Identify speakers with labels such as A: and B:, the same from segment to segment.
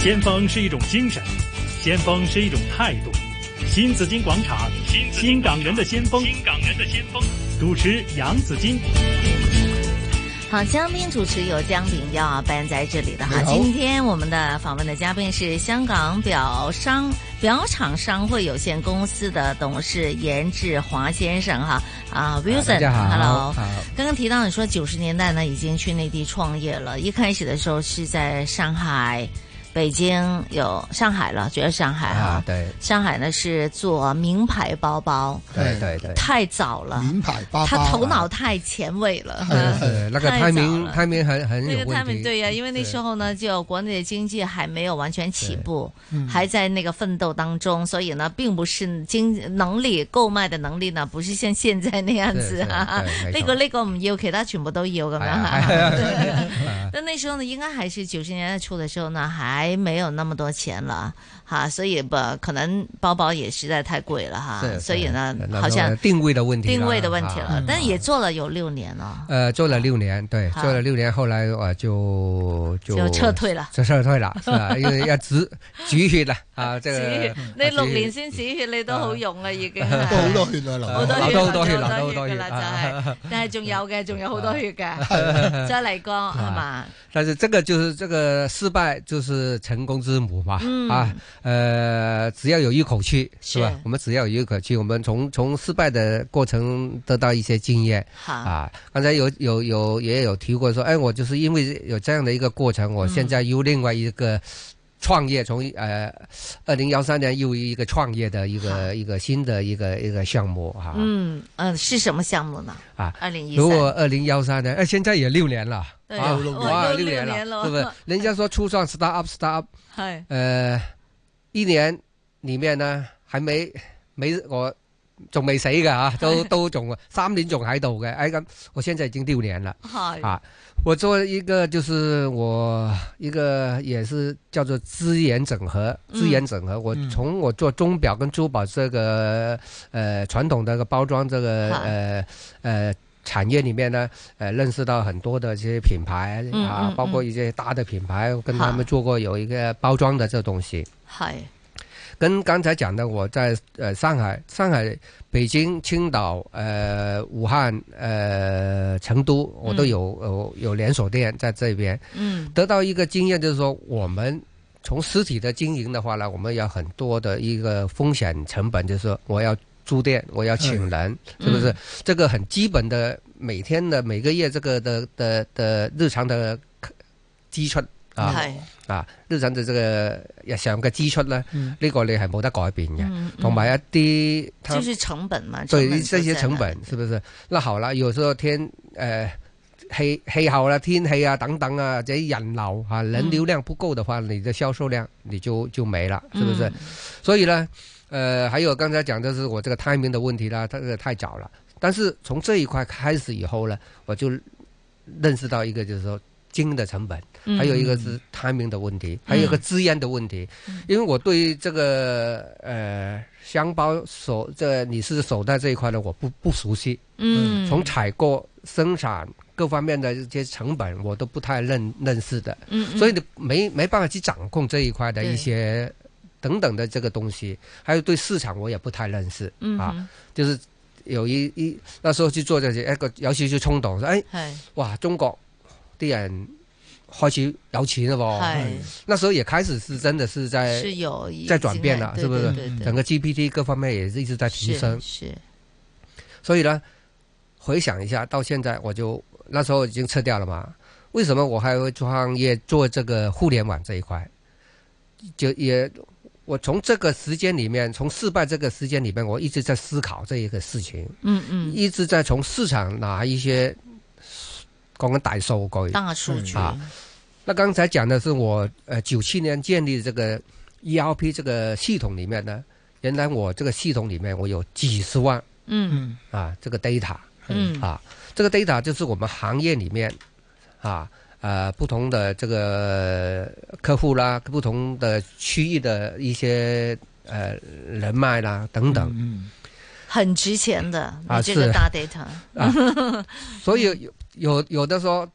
A: 先锋是一种精神，先锋是一种态度。新紫金广场，新新港人的先锋，新港人的先锋。主持杨紫金。
B: 好，嘉宾主持有姜炳耀啊，班在这里的哈
C: 你。好
B: 今天我们的访问的嘉宾是香港表商表厂商会有限公司的董事严志华先生哈啊
C: 大家好
B: ，Wilson，Hello
C: 好。
D: 啊
B: 刚刚提到你说九十年代呢已经去内地创业了，一开始的时候是在上海、北京有上海了，主要是上海哈。
C: 啊，对
B: 上海呢是做名牌包包，
C: 对对对，
B: 太早了，
D: 名牌包包、啊，
B: 他头脑太前卫了。
D: 嗯
C: 呃，那个
B: 太早
C: timing
B: 了
C: timing 很很
B: 那
C: 有
B: 个他
C: 问
B: 们
C: 题，
B: 嗯
C: 嗯
B: 对呀、因为那时候呢，就国内的经济还没有完全起步，
D: 嗯
B: 还在那个奋斗当中，所以呢，并不是经能力购买的能力呢，不是像现在那样子啊
C: 是是。对
B: 呢
C: 没
B: 个
C: 错
B: 呢个唔要，其他全部都要咁
C: 哎
B: 样
C: 呀，
B: 哈。
C: 哎呀哎呀哎呀
B: 但那时候呢，应该还是九十年代初的时候呢，还没有那么多钱了哈，所以不可能包包也实在太贵了哈，
C: 是
B: 啊所以呢
C: 是，那
B: 好像
C: 个定位的问题啦，
B: 定位的问题
C: 啊
B: 了，但也做了有六年了，
C: 呃，做了六年，对，
B: 好
C: 做了六年，后来我就就
B: 就撤退了。
C: 就 撤退了，是吧？因为要止止血了啊，这
B: 止
C: 个
B: 血，你六年先止血，你都好用啦， 已經係。
D: 都好多血啊，流
B: 好多
C: 流
B: 血，
C: 都好多血
B: 流
C: 流都好
B: 多
C: 多
B: 血
C: 血
B: 噶啦，就係， 但係仲有嘅，仲有好多血嘅，再嚟過係嘛？
C: 但是这个就是这个失败就是成功之母嘛，
B: 嗯
C: 啊，呃，只要有一口气，是吧
B: 是？
C: 我们只要有一口气，我们从从失败的过程得到一些经验
B: 好，
C: 啊。刚才有有有也有提过说，哎，我就是因为有这样的一个过
B: 嗯
C: 程，我现在又另外一个。创业从呃，二零幺三年又一个创业的一
B: 好
C: 个一个新的一个一个项目啊，
B: 嗯嗯，是什麼項目呢？
C: 啊
B: 二零一
C: 如果
B: 三，哎
C: 二零幺三年，哎，现在也六年了，
B: 对
C: 啊
B: 六，
C: 哇，
B: 六
C: 六年
B: 年了
C: 了，是不是？人家说初创 start up start up，
B: 係
C: 呃，一年里面呢，还没没我仲未死 嘅啊，都都仲三年仲喺度嘅，哎咁，我現在已經六年了。
B: 係
C: 啊我做一個就是我一個也是叫做资源整合，
B: 嗯
C: 资源整合。我
D: 嗯
C: 從我做鐘表跟珠寶這個呃傳統的一個包裝這個
B: 好
C: 呃呃產業裡面呢，呃認識到很多的這些品牌
B: 嗯
C: 啊
B: 嗯，
C: 包括一些大的品牌，跟
B: 好
C: 他們做過有一個包裝的這東西。
B: 係
C: 跟刚才讲的，我在呃上海、上海、北京、青岛、呃武汉、呃成都，我都有、有有连锁店在这边，
B: 嗯
C: 得到一个经验，就是说我们从实体的经营的话呢，我们有很多的一个风险成本，就是说我要租店，我要请人，是不是？这个很基本的，每天的每个月这个的的的日常的支出啊
B: 係
C: 啊，日常的這個日常嘅支出咧。
D: 嗯
C: 呢個你係冇得改變嘅，
B: 嗯，
C: 同埋一啲
B: 就
C: 他
B: 是成本嘛，
C: 對
B: 成本啊
C: 呢
B: 就在
C: 些
B: 那
C: 成本，是不是？那好啦，有時候天誒氣氣候啦、天氣啊等等啊，或者人流啊、
B: 嗯
C: 人流量不夠的話，你的銷售量你就就沒了，是不是？
B: 嗯
C: 所以呢，呃，還有剛才講的是我這個 timing 的問題啦，它這個太早了。但是從這一塊開始以後呢，我就認識到一個就是說精的成本。
B: 嗯
C: 还有一个是 timing 的问题，还有一个资源的问题。
B: 嗯
C: 因为我对于这个呃箱包手这女士手袋这一块呢，我不不熟悉，
B: 嗯
C: 从采购、生产各方面的这些成本，我都不太认认识的，
B: 嗯嗯
C: 所以你没没办法去掌控这一块的一些等等的这个东西，还有对市场我也不太认识
B: 嗯
C: 啊，就是。有一一那時候去做就哎係一個有少少衝動，誒、哎、
B: 嗯係
C: 哇！中國啲人開始有錢嘞喎，
B: 係
C: 那時候也開始是真的是在
B: 是有已
C: 在轉
B: 經
C: 變
B: 係
C: 了
B: 對
C: 是不是
B: 對對對
C: 整个 GPT 各方面也是一直在提
B: 是
C: 升，
B: 是
C: 所以呢，回想一下到现在，我就那时候已经撤掉了嘛，为什么我还会创业做这个互联网这一块？就也我从这个时间里面，从失败这个时间里面，我一直在思考这一个事情，
B: 嗯嗯，
C: 一直在从市场拿一些讲緊大數據。
B: 大數據
C: 啊那刚才讲的是我呃九七年建立这个 ERP 这个系统里面呢，原来我这个系统里面我有几十万
B: 嗯
D: 嗯
C: 啊这个 data
B: 嗯
C: 啊，这个 data 就是我们行业里面啊呃不同的这个客户啦，不同的区域的一些呃人脉啦等等，
D: 嗯
B: 很值钱的，
C: 啊
B: 你这个
C: 是啊
B: 大 data，嗯
C: 所以有有有的说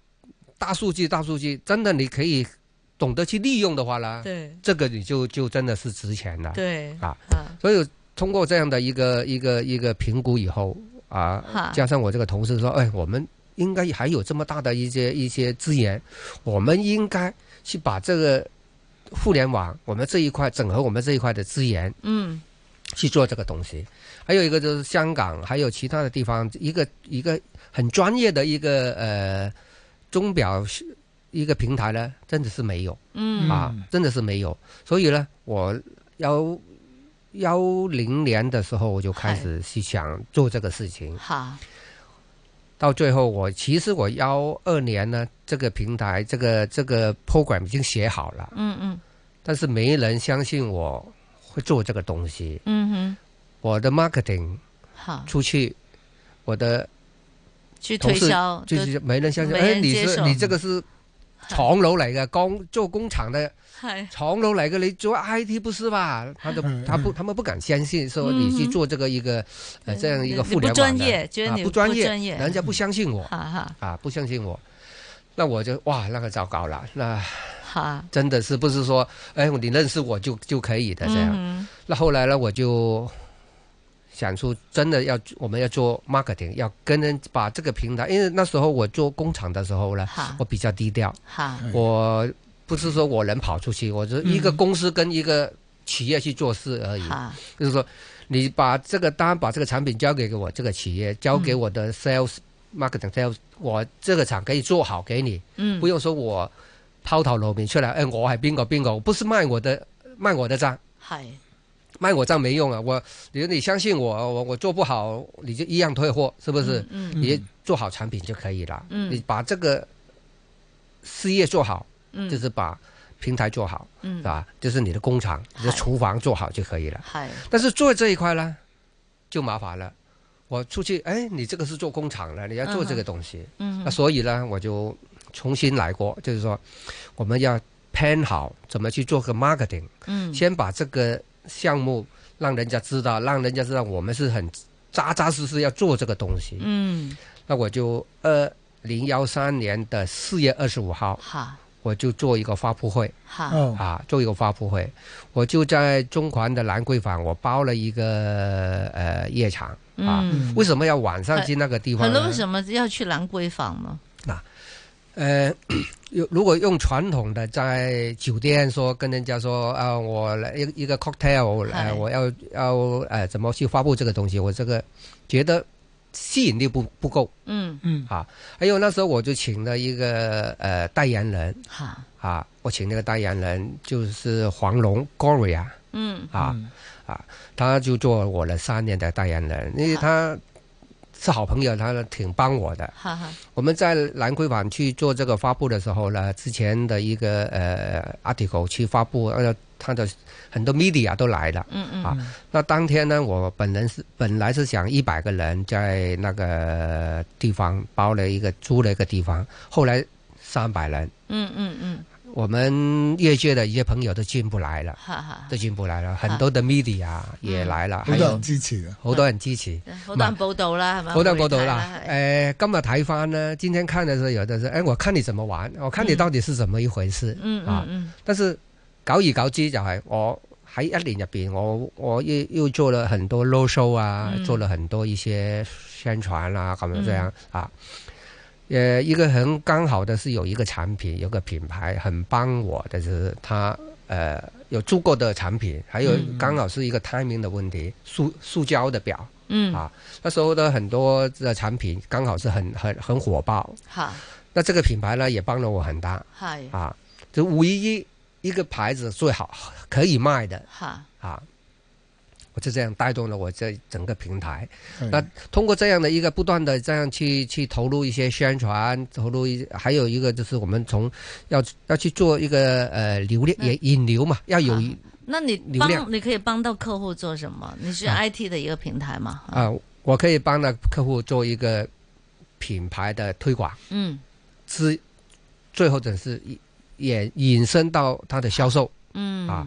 C: 大数据大数据真的你可以。懂得去利用的话呢，
B: 对
C: 这个你就就真的是值钱了。
B: 对
C: 啊
B: 啊，
C: 所以通过这样的一个一个一个评估以后
B: 哈
C: 啊，加上我这个同事说，哎，我们应该还有这么大的一些一些资源，我们应该去把这个互联网我们这一块整合我们这一块的资源
B: 嗯
C: 去做这个东西。还有一个就是香港，还有其他的地方，一个一个很专业的一个呃钟表一个平台呢，真的是没有。
B: 嗯
C: 啊
A: 嗯，
C: 真的是没有。所以呢，我幺幺零年的时候我就开始去想做这个事情，
B: 好
C: 到最后我其实我幺二年呢，这个平台这个这个 program 已经写好了，
B: 嗯嗯
C: 但是没人相信我会做这个东西。
B: 嗯
C: 我的 marketing
B: 哼好
C: 出去，我的
B: 去
C: 同
B: 推
C: 事
B: 销
C: 就
B: 都
C: 是没人相信，
B: 没
C: 哎，
B: 人
C: 你
B: 接
C: 是
B: 受
C: 你这个是厂楼嚟嘅，工做工厂的。
B: 系
C: 从头来个你做 IT 不是吧？他都
A: 嗯
C: 他不他们不敢相信说
B: 嗯
C: 你去做这个一个、呃这样一个
B: 你
C: 互
B: 不
C: 联网
B: 专
C: 的
B: 业，觉得
C: 啊
B: 你
C: 不专业，
B: 专业，
C: 人家不相信我
B: 哈哈
C: 啊不相信我，那我就哇那个糟糕了，那
B: 哈
C: 真的是不是说哎你认识我就就可以的这样？
B: 嗯
C: 那后来呢我就。想出真的要，我们要做 marketing，要跟人把这个平台，因为那时候我做工厂的时候呢
B: 哼，好
C: 我比较低调，
B: 好
A: 嗯
C: 我不是说我能跑出去，我是一个
A: 嗯
C: 公司跟一个企业去做事而已。
B: 好
C: 就是说，你把这个单，把这个产品交给我这个企业，交给我
B: 嗯
C: 的 sales、marketing sales，我这个厂可以做好给你，
B: 嗯
C: 不用说我抛头露面出来，哎，我系边个边个，我不是卖我的卖我的账。
B: 系
C: 卖我账没用啊！我，你说你相信我，我我做不好，你就一样退货，是不是？
B: 嗯
A: 嗯
C: 你做好产品就可以了。
B: 嗯
C: 你把这个事业做好，
B: 嗯
C: 就是啊把平台做好，
B: 嗯
C: 是吧？就是你的工厂、你的
B: 是
C: 厨房做好就可以了。
B: 系
C: 但是做这一块呢，就麻烦了。我出去，哎，你这个是做工厂了，你要做这个东西，
B: 嗯
C: 那所以呢，我就重新来过，就是说，我们要 plan 好怎么去做个 marketing，、
B: 嗯
C: 先把这个项目让人家知道，让人家知道我们是很扎扎实实要做这个东西。
B: 嗯
C: 那我就二零幺三年的四月二十五号，
B: 好
C: 我就做一个发布会。
B: 好
A: 哦，
C: 啊，做一个发布会，我就在中环的兰桂坊，我包了一个呃夜场。
B: 嗯。
C: 为什么要晚上去那个地
B: 很
C: 方
B: 多
C: 呢
B: 为？什么要去兰桂坊呢？
C: 呃，有如果用传统的在酒店说跟人家说啊、我来一一个 cocktail，
B: 嗨
C: 呃，我要要呃怎么去发布这个东西，我这个觉得吸引力不不够。
B: 嗯，
A: 嗯
C: 还有那时候我就请了一个呃代言人
B: 好，
C: 啊，我请那个代言人就是黄龙 Gloria
B: 嗯
C: 啊。
A: 嗯
C: 他就做我的三年的代言人，因为他是好朋友，他挺帮我的。
B: 哈哈，
C: 我们在兰桂坊去做这个发布的时候呢，之前的一个呃 article 去发布，呃，他的很多 media 都来了。
B: 嗯嗯
C: 啊那当天呢，我本人是本来是想一百个人在那个地方包了一个租了一个地方，后来三百人，
B: 嗯嗯嗯，
C: 我们业界的一些朋友都进不来了，
B: 哈哈
C: 都，进不来了，很多的 media 也来了，
A: 好
D: 嗯
C: 还
A: 多
C: 有
A: 人支持
D: 啊
A: 嘅，
C: 好多人支持。
B: 好多人報道啦，係咪？
C: 好多人報道啦
B: 啦，，係
C: 诶、今日睇翻呢，今天看的时候，有的是，诶、我看你怎么玩，我看你到底是怎么一回事。
B: 嗯嗯
C: 啊
B: 嗯，
C: 但是久而久之就係我喺一年入边，我我又又做了很多 low show 啊，
B: 嗯
C: 做了很多一些宣传啊，咁
B: 嗯
C: 樣這樣啊。呃，一個很剛好的是有一個產品，有個品牌很幫我的，就是他呃有做過的產品，還有
A: 嗯
C: 剛好是一個 timing 的問題，塑塑膠的表。
B: 嗯
C: 啊那时候的很多的產品剛好是很很很火爆，
B: 好
C: 那這個品牌呢也幫了我很大
B: 係
C: 啊，就唯一一個牌子最好可以賣的
B: 哈
C: 啊，我就這樣帶動了我這整個平台。
A: 係
C: 那通過這樣的一個不斷的這樣去去投入一些宣傳，投入一還有一個就是我們從要要去做一個呃流量也引流嘛，要有
B: 嗯那你
C: 流量
B: 幫你可以幫到客戶做什麼？你是
C: 啊
B: IT 的一個平台嘛？
C: 啊、我可以幫到客戶做一個品牌的推廣。
B: 嗯
C: 之最后等是也引申到它的销售。
B: 嗯
C: 啊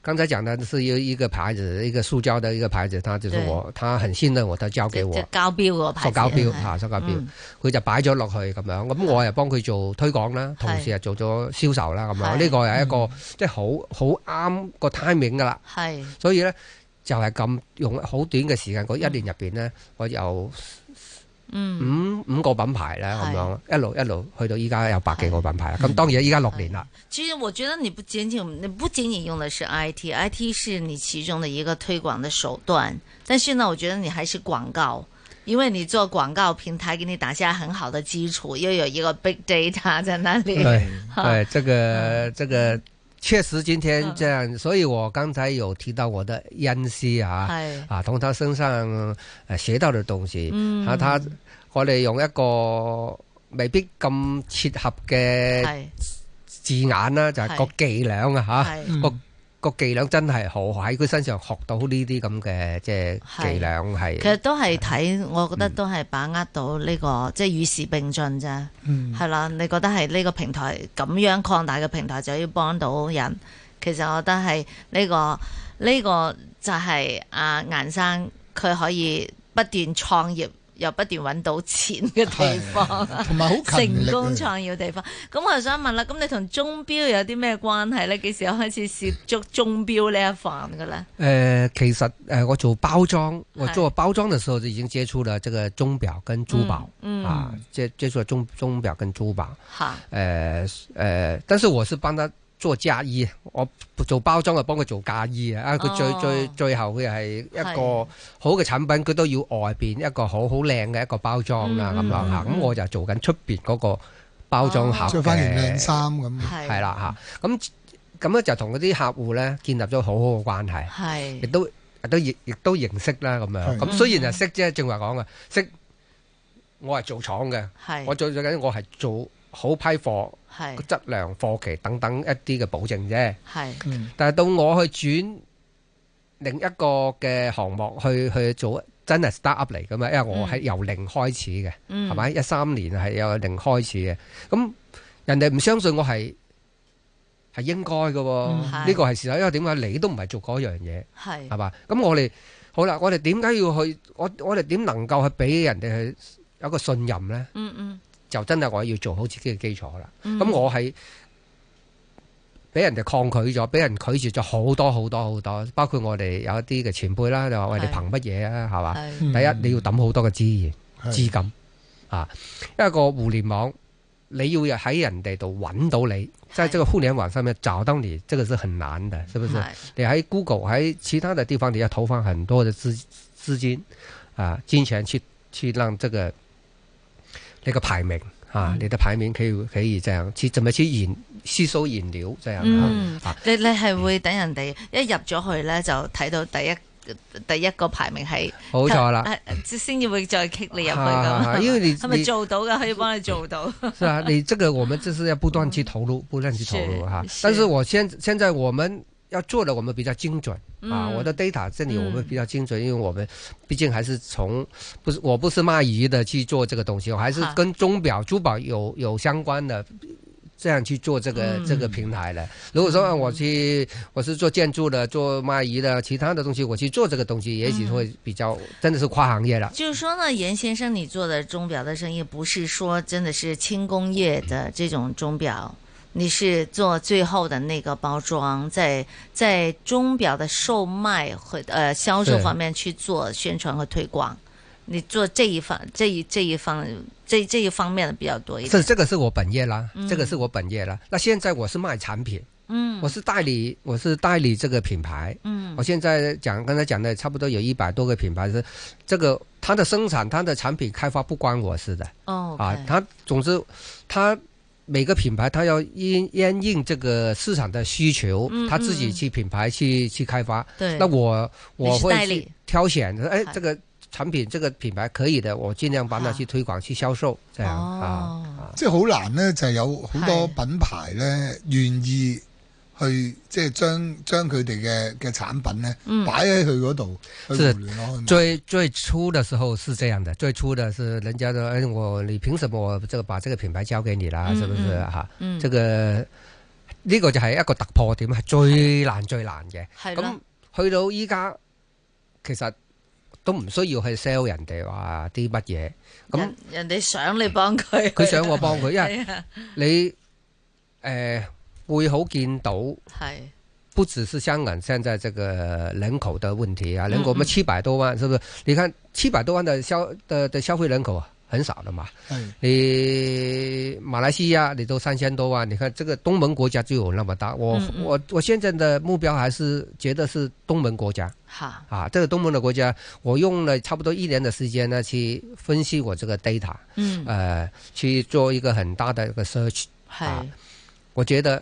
C: 刚才讲的是有一个牌子，一个塑胶的一个牌子，他就是
B: 对
C: 我，他很信任我，他交
B: 即
C: 俾我
B: 即交標嗰個牌
C: 塑
B: 子
C: 膠標
B: 係
C: 嚇，塑膠標
B: 嗯，
C: 佢就擺咗落去咁樣。咁我又幫佢做推廣
B: 嗯
C: 啦，同時又做咗銷售啦咁樣。呢個係一個即係好好啱個 timing 噶啦。
B: 係
C: 所以咧就係咁用好短嘅時間，嗰一年入邊咧，我有
B: 嗯
C: 五五個品牌啦咁樣，一路一路去到依家有百幾個品牌
B: 嗯
C: 啦。咁當然依家六年啦。
B: 其實我覺得你不僅僅你不僅僅用的是 IT，IT 是你其中的一個推廣的手段，但是呢，我覺得你還是廣告。因為你做廣告平台，給你打下很好的基礎，又有一個 big data 在那里。
C: 对对，哎这
B: 嗯
C: 个这个确实今天这样，所以我刚才有提到我的恩师啊。
B: 係
C: 啊，從他身上誒學到嘅東西，
B: 嗯
C: 啊，他我哋用一個未必咁切合嘅
B: 係
C: 字眼啦，就係、個
B: 嗯係
C: 伎倆啊嚇，
B: 係
D: 哦
C: 個個伎倆真係好喺佢身上學到呢啲咁嘅即係伎倆
B: 其實
C: 係。
B: 都係睇，我覺
C: 嗯
B: 得都係把握到呢、個即係與時並進啫。
D: 嗯
B: 係啦，你覺得係呢個平台咁樣擴大嘅平台就要幫到人，其實我覺得係呢、個呢、個就係阿顏生佢可以不斷創業又不斷揾到錢嘅地方。
D: 同埋好勤
B: 成
D: 力
B: 功
D: 啊。
B: 創業地方，咁我就想問啦，咁你同鐘錶有啲咩關係咧？幾時開始涉足鐘錶呢一範嘅咧？
C: 誒、呃其實誒、我做包裝，我
B: 係
C: 做包裝嘅時候就已經接觸了這個鐘表跟珠寶、
B: 嗯，嗯
C: 啊，接接觸了鐘鐘表跟珠寶。
B: 嚇，
C: 诶诶，呃但是我是幫他做嫁衣，我做包裝啊，幫佢做嫁衣啊。啊，佢最
B: 哦
C: 最最後佢係一
B: 係
C: 個好嘅產品，佢都要外邊一個好好靚嘅一個包裝啦，
B: 嗯
C: 咁樣嚇。
B: 嗯嗯
C: 咁我就做緊出邊嗰個包裝盒
D: 着翻件靚
C: 嘅，
D: 衫咁，
B: 係
C: 係，啦嚇。咁咁咧就同嗰啲客戶咧建立咗好好嘅關係，
B: 嗯
C: 亦
B: 係
C: 都亦都亦亦都認識啦咁樣。
D: 係
C: 咁雖然係識啫，正話講啊，識我係做廠嘅，
B: 係
C: 我最最緊要我係做好批貨。
B: 係
C: 個質量、貨期等等一啲嘅保證啫。
B: 係
D: 嗯
C: 但係到我去轉另一個嘅項目去去做，真係 start up 嚟噶嘛？因為我係由零開始嘅，
B: 嗯
C: 係咪、一三年係由零開始嘅，咁人哋唔相信我係係應該嘅喎。
D: 嗯
C: 呢個係啊事實，因為點解你都唔係做嗰樣嘢，
B: 係
C: 係嘛？咁我哋好啦，我哋點解要去？我我哋點能夠去俾人哋去有一個信任呢？
B: 嗯嗯
C: 就真係我要做好自己嘅基礎啦。
B: 嗯，
C: 咁我係俾人哋抗拒咗，俾人拒絕咗好多好多好多，包括我哋有一啲嘅前輩啦，就話喂
B: 係
C: 你憑乜嘢啊？係嘛？
B: 係
D: 嗯
C: 第一你要抌好多嘅資源、
D: 係
C: 資金啊，因為個互聯網你要喺人哋度揾到你，即係
B: 係
C: 這個互聯網上面找到你，這個是很難的，是不是？
B: 係
C: 你喺 Google 喺其他的地方，你要投放很多的资资金啊金钱去去让这个那个排名啊，
B: 嗯
C: 你的排名可以可以这样去怎么去引吸收引流这样啊。
B: 嗯
C: 啊，
B: 你你係會等人哋一入咗去咧，就睇到第一第一個排名係
C: 冇 錯啦，
B: 啊先至會再 kick 你入去
C: 啊
B: 咁。
C: 因為你
B: 係咪
C: 你
B: 做到嘅可以幫你做到？
C: 是啊，你这个我们就是要不断去投入，不断去投入哈、
B: 是
C: 但是我现现在我们要做的，我们比较精准啊。
B: 嗯
C: 我的 data 这里
B: 嗯
C: 我们比较精准，因为我们毕竟还是从不是我不是卖鱼的去做这个东西，我还是
B: 好
C: 跟钟表、珠宝有有相关的。这样去做这个、
B: 嗯
C: 这个平台的。如果说啊我去我是做建筑的、做卖鱼的，其他的东西我去做这个东西，也许
B: 嗯
C: 会比较、真的是跨行业了。
B: 就是说呢，严先生，你做的钟表的生意不是说真的是轻工业的这种钟表，你是做最后的那个包装，在在钟表的售卖和呃销售
C: 对
B: 方面去做宣传和推广，你做这一方这一这一方这这一方面的比较多一
C: 这
B: 点。
C: 这个是我本业啦，
B: 嗯
C: 这个是我本业啦。那现在我是卖产品，
B: 嗯
C: 我是代理，我是代理这个品牌。
B: 嗯
C: 我现在讲刚才讲的，差不多有一百多个品牌是这个它的生产、它的产品开发不关我事的
B: 哦
C: 啊。它总之，它每个品牌它要因因应这个市场的需求
B: 嗯，
C: 它自己
B: 嗯
C: 去品牌去去开发。
B: 对
C: 那我
B: 你
C: 我
B: 是
C: 会
B: 代
C: 去
B: 理啊
C: 挑选，哎
B: 好，
C: 这个产品这个品牌可以的，我尽量帮它
B: 好
C: 去推广、去销售，这样
B: 啊
C: 啊。
B: 哦
C: 啊
D: 即係好難咧，就係有好多
B: 係
D: 品牌咧願意去即係將將佢哋嘅嘅產品咧
B: 嗯
D: 擺喺佢嗰度去
C: 是
D: 互聯網去賣。
C: 最最初的时候是这样的，最初的是人家说，哎，我你凭什么我这个把这个品牌交给你啦，
B: 嗯
C: 是不是
B: 嗯
C: 哈？
B: 嗯
C: 这个呢個就係一個突破點，係最
B: 啊
C: 難最難嘅。
B: 係咯
C: 咁，去到依家，其實都唔需要去 sell 人哋話啲乜嘢。咁
B: 人人哋想你幫佢，
C: 佢想我幫佢， 因為
B: 係啊，
C: 你誒、會好見到，
B: 係
C: 不只是香港現在這個人口的問題啊，
B: 嗯
C: 人口我
B: 嗯
C: 們七百多萬，是不是？你看七百多萬的消的的消費人口啊，很少的嘛。
D: 係
C: 你馬來西亞你都三千多萬，你看這個東盟國家就有那麼大。我
B: 嗯嗯
C: 我我現在的目標還是覺得是東盟國家。
B: 嚇，
C: 啊，这个东盟的国家，我用了差不多一年的时间呢，去分析我这个 data，
B: 嗯，
C: 呃，去做一个很大的一个 search。啊
B: 係
C: 我觉得，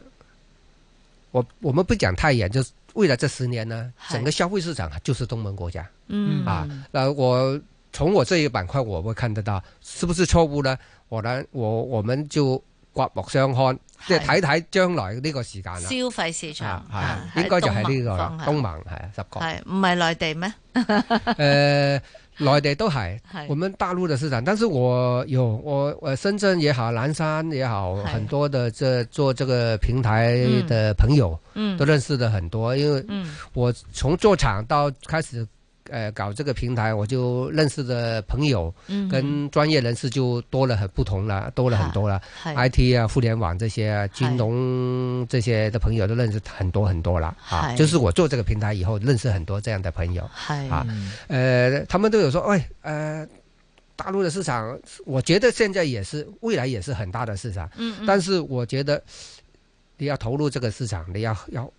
C: 我我们不讲太远，就是未来这十年呢，
B: 是
C: 整个消费市场啊就是东盟国家
B: 嗯
C: 啊。那我从我这一板块，我会看得到是不是错误呢？我呢，我我们就刮目相看，即係睇睇將來呢個時間啦。
B: 消費市場
C: 啊，啊
B: 啊
C: 應該就係呢
B: 喺
C: 個
B: 東
C: 啦
B: 盟，方
C: 東
B: 向
C: 盟係啊十國，
B: 係唔係內地咩？
C: 誒，內地都係。
B: 係
C: 我们大陆的市场，但是我有我呃深圳也好，南山也好，
B: 是
C: 很多的这做这个平台的朋友、
B: 嗯
C: 都认识的很多，因为
B: 嗯
C: 我从做厂到开始呃搞这个平台，我就认识的朋友
B: 嗯啊
C: 跟专业人士就多了很不同了，多了很多了
B: 係
C: ，IT 啊、互联网这些啊、
B: 是
C: 金融这些的朋友都认识很多很多了啊，
B: 是
C: 就是我做这个平台以后认识很多这样的朋友。
B: 係
C: 啊
D: 嗯
C: 呃，他们都有说，喂，呃，大陆的市场，我觉得现在也是，未来也是很大的市场，
B: 嗯嗯
C: 但是我觉得你要投入这个市场，你要要。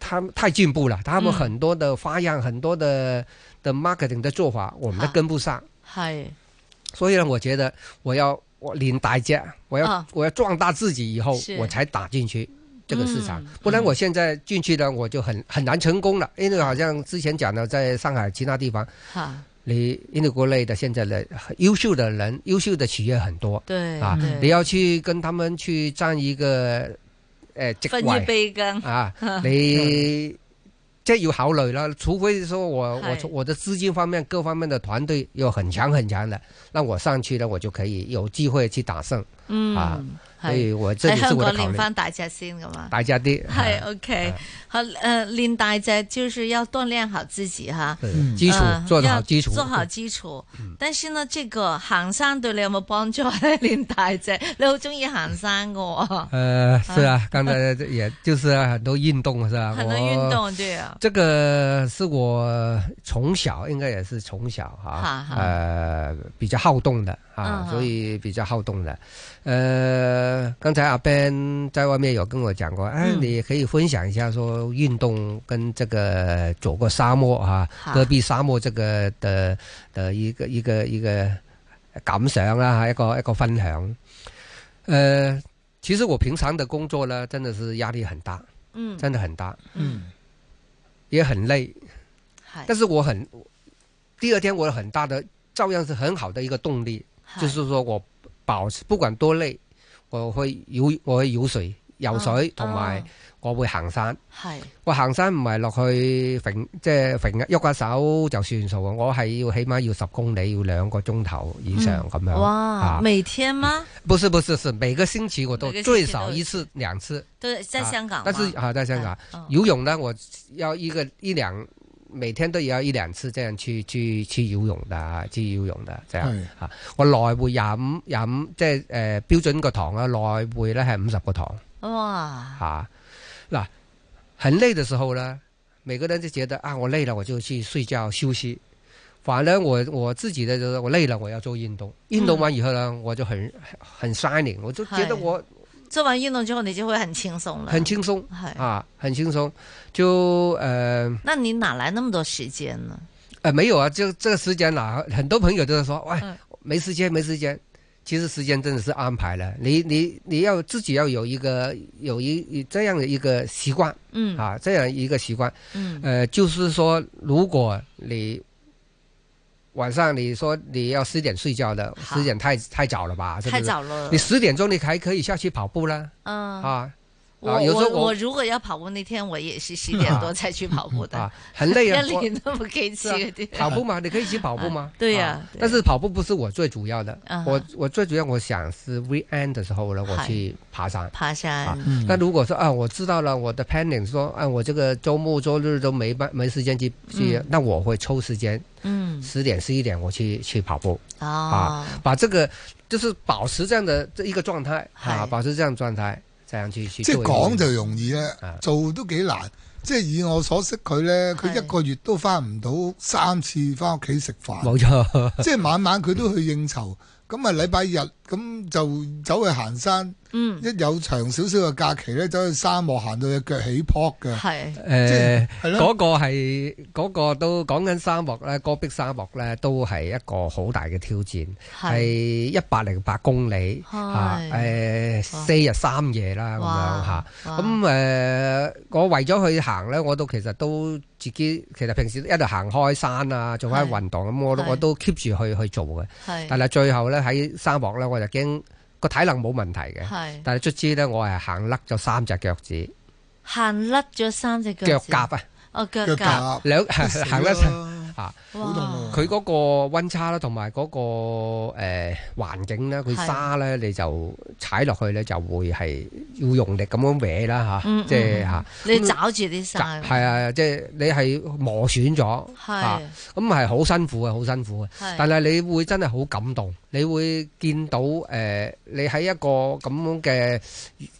C: 他们太进步了，他
B: 嗯
C: 们很多的花样，很多的的 marketing 的做法，我们都
B: 啊
C: 跟不上。
B: 係
C: 所以呢，我觉得我要我练大家，我要、
B: 啊
C: 我要壮大自己以后
B: 是，
C: 我才打进去这个市场，
B: 嗯
C: 不然我现在进去呢，我就很很难成功了。因为好像之前讲的，在上海其他地方，
B: 嚇，
C: 你因为国内的现在的很优秀的人、优秀的企业很多
B: 對
C: 啊
B: 對，
C: 你要去跟他们去占一个呃职
B: 分一
C: 位
B: 杯羹
C: 啊，你。即係要考慮啦，除非說我
B: 是
C: 我從我的資金方面各方面的團隊有很強很強的，那我上去呢，我就可以有機會去打勝。啊
B: 嗯
C: 所
B: 係
C: 以我這
B: 喺
C: 就是
B: 香
C: 我的
B: 港
C: 考
B: 練
C: 慮。
B: 翻大隻先咁啊。
C: 大啊家啲
B: 係 OK，好呃，練大隻就是要鍛鍊好自己哈。
C: 對
D: 嗯
C: 基
B: 嗯
C: 礎做得好
B: 要
C: 基礎，嗯
B: 做好基礎。但是呢，這個行山對你有冇幫助咧？ 練大隻，你好中意行山噶喎，
C: 呃，是啊，刚才也就是啊很多运動是吧？
B: 很多
C: 啊我
B: 運動對啊，
C: 这个是我从小应该也是从小
B: 哈
C: 哈
B: 哈，
C: 呃，比较好动的
B: 嗯
C: 啊，
B: 哈
C: 所以比较好动的。呃，刚才阿 Ben 在外面有跟我讲过，哎，
B: 嗯
C: 你也可以分享一下说运动跟这个走过沙漠啊
B: 哈，
C: 戈壁沙漠这个的的一个一个一个感想啦，一个一个分享。呃，其实我平常的工作呢，真的是压力很大，
B: 嗯
C: 真的很大，
B: 嗯，
D: 嗯
C: 也很累。
B: 係
C: 但是我很第二天我有很大的，照样是很好的一个动力，就是说我保持不管多累，我会游我会游水、游
B: 哦嗯
C: 水，同埋、我會行山。
B: 係
C: 我行山唔係落去揈，即係揈一喐下手就算數啊！我係要起碼要十公里，要兩個鐘頭以上咁樣。
B: 嗯哇，
C: 啊
B: 每天嗎？
C: 不是不是是每個星期我都
B: 每個星期
C: 最少
B: 都有哦
C: 一次兩次，
B: 對，在香港嗎，
C: 但是啊，在香港
B: 嗯
C: 游泳呢，我要一个一两，每天都要一两次这样去去去游泳的，去游泳的这样。
D: 係
C: 我來回廿五廿五，即係誒、呃、標準個堂啦，來回咧係五十個堂
B: 嗯哇，
C: 嚇。嗱、很累的時候呢，每個人就覺得啊，我累了我就去睡覺休息。反正我我自己的就是我累了，我要做運動。運動完以後呢，我就很很 shining，我就覺
B: 是
C: 得我
B: 做完運動之後你就會很輕鬆了，
C: 很輕鬆
B: 係。
C: 啊，很輕鬆。就呃。
B: 那你哪來那麼多時間呢？
C: 呃，没有啊，就这个时间啦，很多朋友都在说，喂
B: 嗯，
C: 没时间，没时间。其实时间真的是安排了，你你你要自己要有一个有一这样的一个习惯
B: 嗯
C: 啊，这样一个习惯。
B: 嗯
C: 呃，就是说，如果你晚上你说你要十点睡觉的，
B: 好
C: 十点太太早了吧？是不
B: 太
C: 是？
B: 早了
C: 你，十点钟你还可以下去跑步啦，
B: 嗯
C: 啊，
B: 我
C: 啊有时
B: 我
C: 候我
B: 如果要跑步那天，我 也是十点多才去跑步的，
C: 啊，很 累啊，
B: 一
C: 我
B: 年都不可以去
C: 是啊
B: 嗰啲。
C: 跑步嘛，你可以一起跑步吗
B: 啊？ 对呀
C: 啊
B: 对
C: 但是跑步不是我最主要的
B: 啊哈，
C: 我我最主要我想是 weekend 的时候呢，我
B: 嗨
C: 去爬山。
B: 爬山，
C: 啊
D: 嗯
C: 那如果说啊，我知道了我的 planning 说啊，我这个周末周日都没办没时间去去
B: 嗯，
C: 那我会抽时间
B: 嗯，
C: 十点十一点我去去跑步，
B: 哦，
C: 把这个就是保持这样的这一个状态
B: 嗨
C: 啊，保持这样的状态，这样去去
D: 即係
C: 做一个
D: 講就容易咧
C: 啊，
D: 做都幾難。即係以我所識佢咧，佢
B: 係
D: 一個月都翻唔到三次翻屋企食飯，
C: 冇错。
D: 即係晚晚佢都去應酬。咁啊，禮拜日咁就走去行山，
B: 嗯，
D: 一有長少少嘅假期咧，走去沙漠行到只腳起泡嘅，
B: 系，
D: 即
C: 诶
D: 係。係咯。
C: 呃嗰個係嗰、個都講緊沙漠咧，戈壁沙漠咧都係一個好大嘅挑戰，係
B: 系，
C: 一百零八公里
B: 係
C: 嚇，誒四日三夜啦咁樣
B: 哇
C: 嚇。，
B: 哇
C: 咁誒、呃我為咗去行咧，我都其實都自己其實平時一路行開山啊，做開
B: 係
C: 運動咁，我都
B: 係
C: 我都 keep 住去去做嘅。
B: 系，
C: 但係最後咧喺沙漠咧，我就驚個體能冇問題嘅，
B: 系
C: 但係卒之咧我係行甩咗三隻腳趾
B: 行甩咗三只
C: 腳
B: 腳趾
C: 甲，啊，
B: 哦腳
D: 腳
B: 甲，
D: 甲
C: 兩
D: 死
C: 行甩晒。
D: 啦
C: 啊！
D: 好痛
B: 哇，
C: 佢嗰個温差啦，同埋嗰個誒、呃、環境咧，佢
B: 係
C: 沙咧，你就踩落去咧就會係要用力咁樣搲啦嚇，
B: 嗯
C: 即係
B: 嗯
C: 嚇，
B: 你找住啲衫，
C: 係啊，即係你係磨損咗，啊
B: 係
C: 咁係好辛苦嘅，好辛苦嘅。
B: 係
C: 但係你會真係好感動，你會見到誒、呃你喺一個咁樣嘅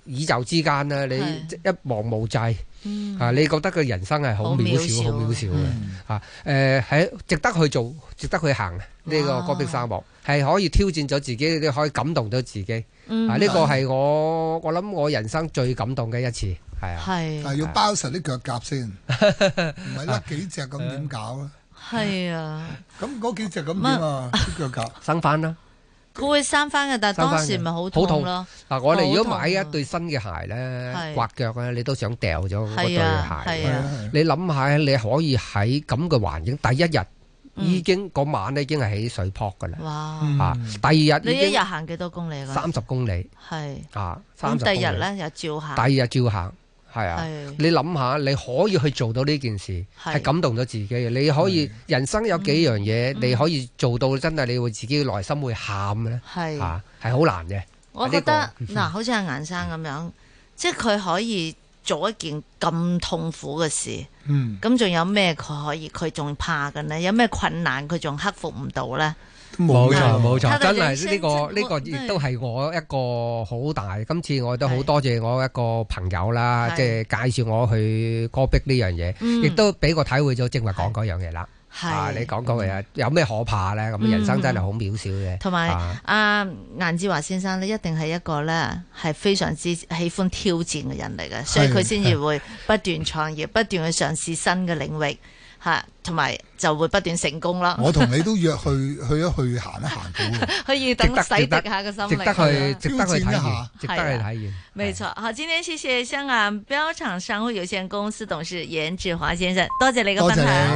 C: 宇宙之間咧，你
B: 係
C: 一望無際
B: 嗯
C: 啊，你覺得個人生係好
B: 好
C: 渺
B: 渺
C: 小，
B: 小
C: 好渺小嘅。
D: 嗯
C: 啊，誒係值得去做，值得去行啊呢個
B: 哇
C: 戈壁沙漠，係可以挑戰咗自己，你可以感動到自己。
B: 嗯
C: 啊，呢個係我我諗我人生最感動嘅一次，係啊。
B: 係
D: 嗯但係要包實啲腳甲先，唔係甩幾隻咁點搞咧？
B: 係啊。
D: 咁嗰幾隻咁點啊？啲腳甲
C: 生翻啦！
B: 佢會生翻嘅，但係
C: 生返
B: 當時
C: 嘅
B: 咪好
C: 好
B: 痛
C: 痛
B: 咯，
C: 嗱，我哋如
B: 好
C: 果
B: 痛啊
C: 買一對新嘅鞋
B: 係
C: 咧，刮腳咧，你都想掉咗嗰對
B: 係啊，
C: 鞋
B: 係啊，
D: 係啊係啊
C: 你諗下，你可以喺咁嘅環境，第一日
B: 嗯
C: 已經嗰晚咧已經係起水泡㗎啦，
B: 哇！
D: 嗯
C: 啊，第二日
B: 你
C: 已
B: 一日
C: 經
B: 行幾多公里㗎？
C: 三十公里
B: 係
C: 啊，
B: 咁
C: 三十
B: 第
C: 公
B: 二日啊
C: 里。
B: 咧又照行，
C: 第二日照行，係啊。
B: 係
C: 你諗下，你可以去做到呢件事，
B: 係
C: 係感動咗自己嘅。你可以人生有幾樣嘢，
B: 嗯
C: 你可以做到，真係你會自己內心會喊咧，
B: 係。
C: 嚇係好難嘅。
B: 我覺 得嗱，好似阿顏生咁樣，即係佢可以做一件咁痛苦嘅事，
D: 嗯，
B: 咁仲有咩佢可以佢仲怕嘅呢？有咩困難佢仲克服唔到呢？
D: 都冇
B: 錯
D: 㗎
B: 錯
C: 真
B: 但係
C: 係呢個
B: 人
C: 呢個
B: 生真係
C: 亦都係我一個好大。今次我都好
B: 係
C: 多謝我一個朋友啦，即
B: 係
C: 係介紹我去戈壁呢樣嘢，
B: 嗯
C: 亦都俾我體會咗正話講嗰樣嘢啦。啊，你
B: 係。
C: 講嗰樣嘢有咩可怕咧？咁
B: 嗯
C: 人生真係好渺小嘅。
B: 同埋
C: 啊
B: 阿顏志華先生呢，一定係一個呢，係非常之喜歡挑戰嘅人嚟嘅，所以佢先至會不斷創業， 不斷去嘗試新嘅領域，吓，同埋就會不斷成功啦。
D: 我同你都約去去一去行一行到 啦。
B: 可以等
C: 值得
B: 洗滌下個心
C: 值得去
B: 靈。
C: 值得去
D: 挑戰
C: 體
D: 一下
C: 驗，值得去體驗。
D: 哎
B: 没錯，好，今天謝謝香港標廠商會有限公司董事顏志華先生，多謝你嘅
D: 多
B: 分享
D: 謝。你。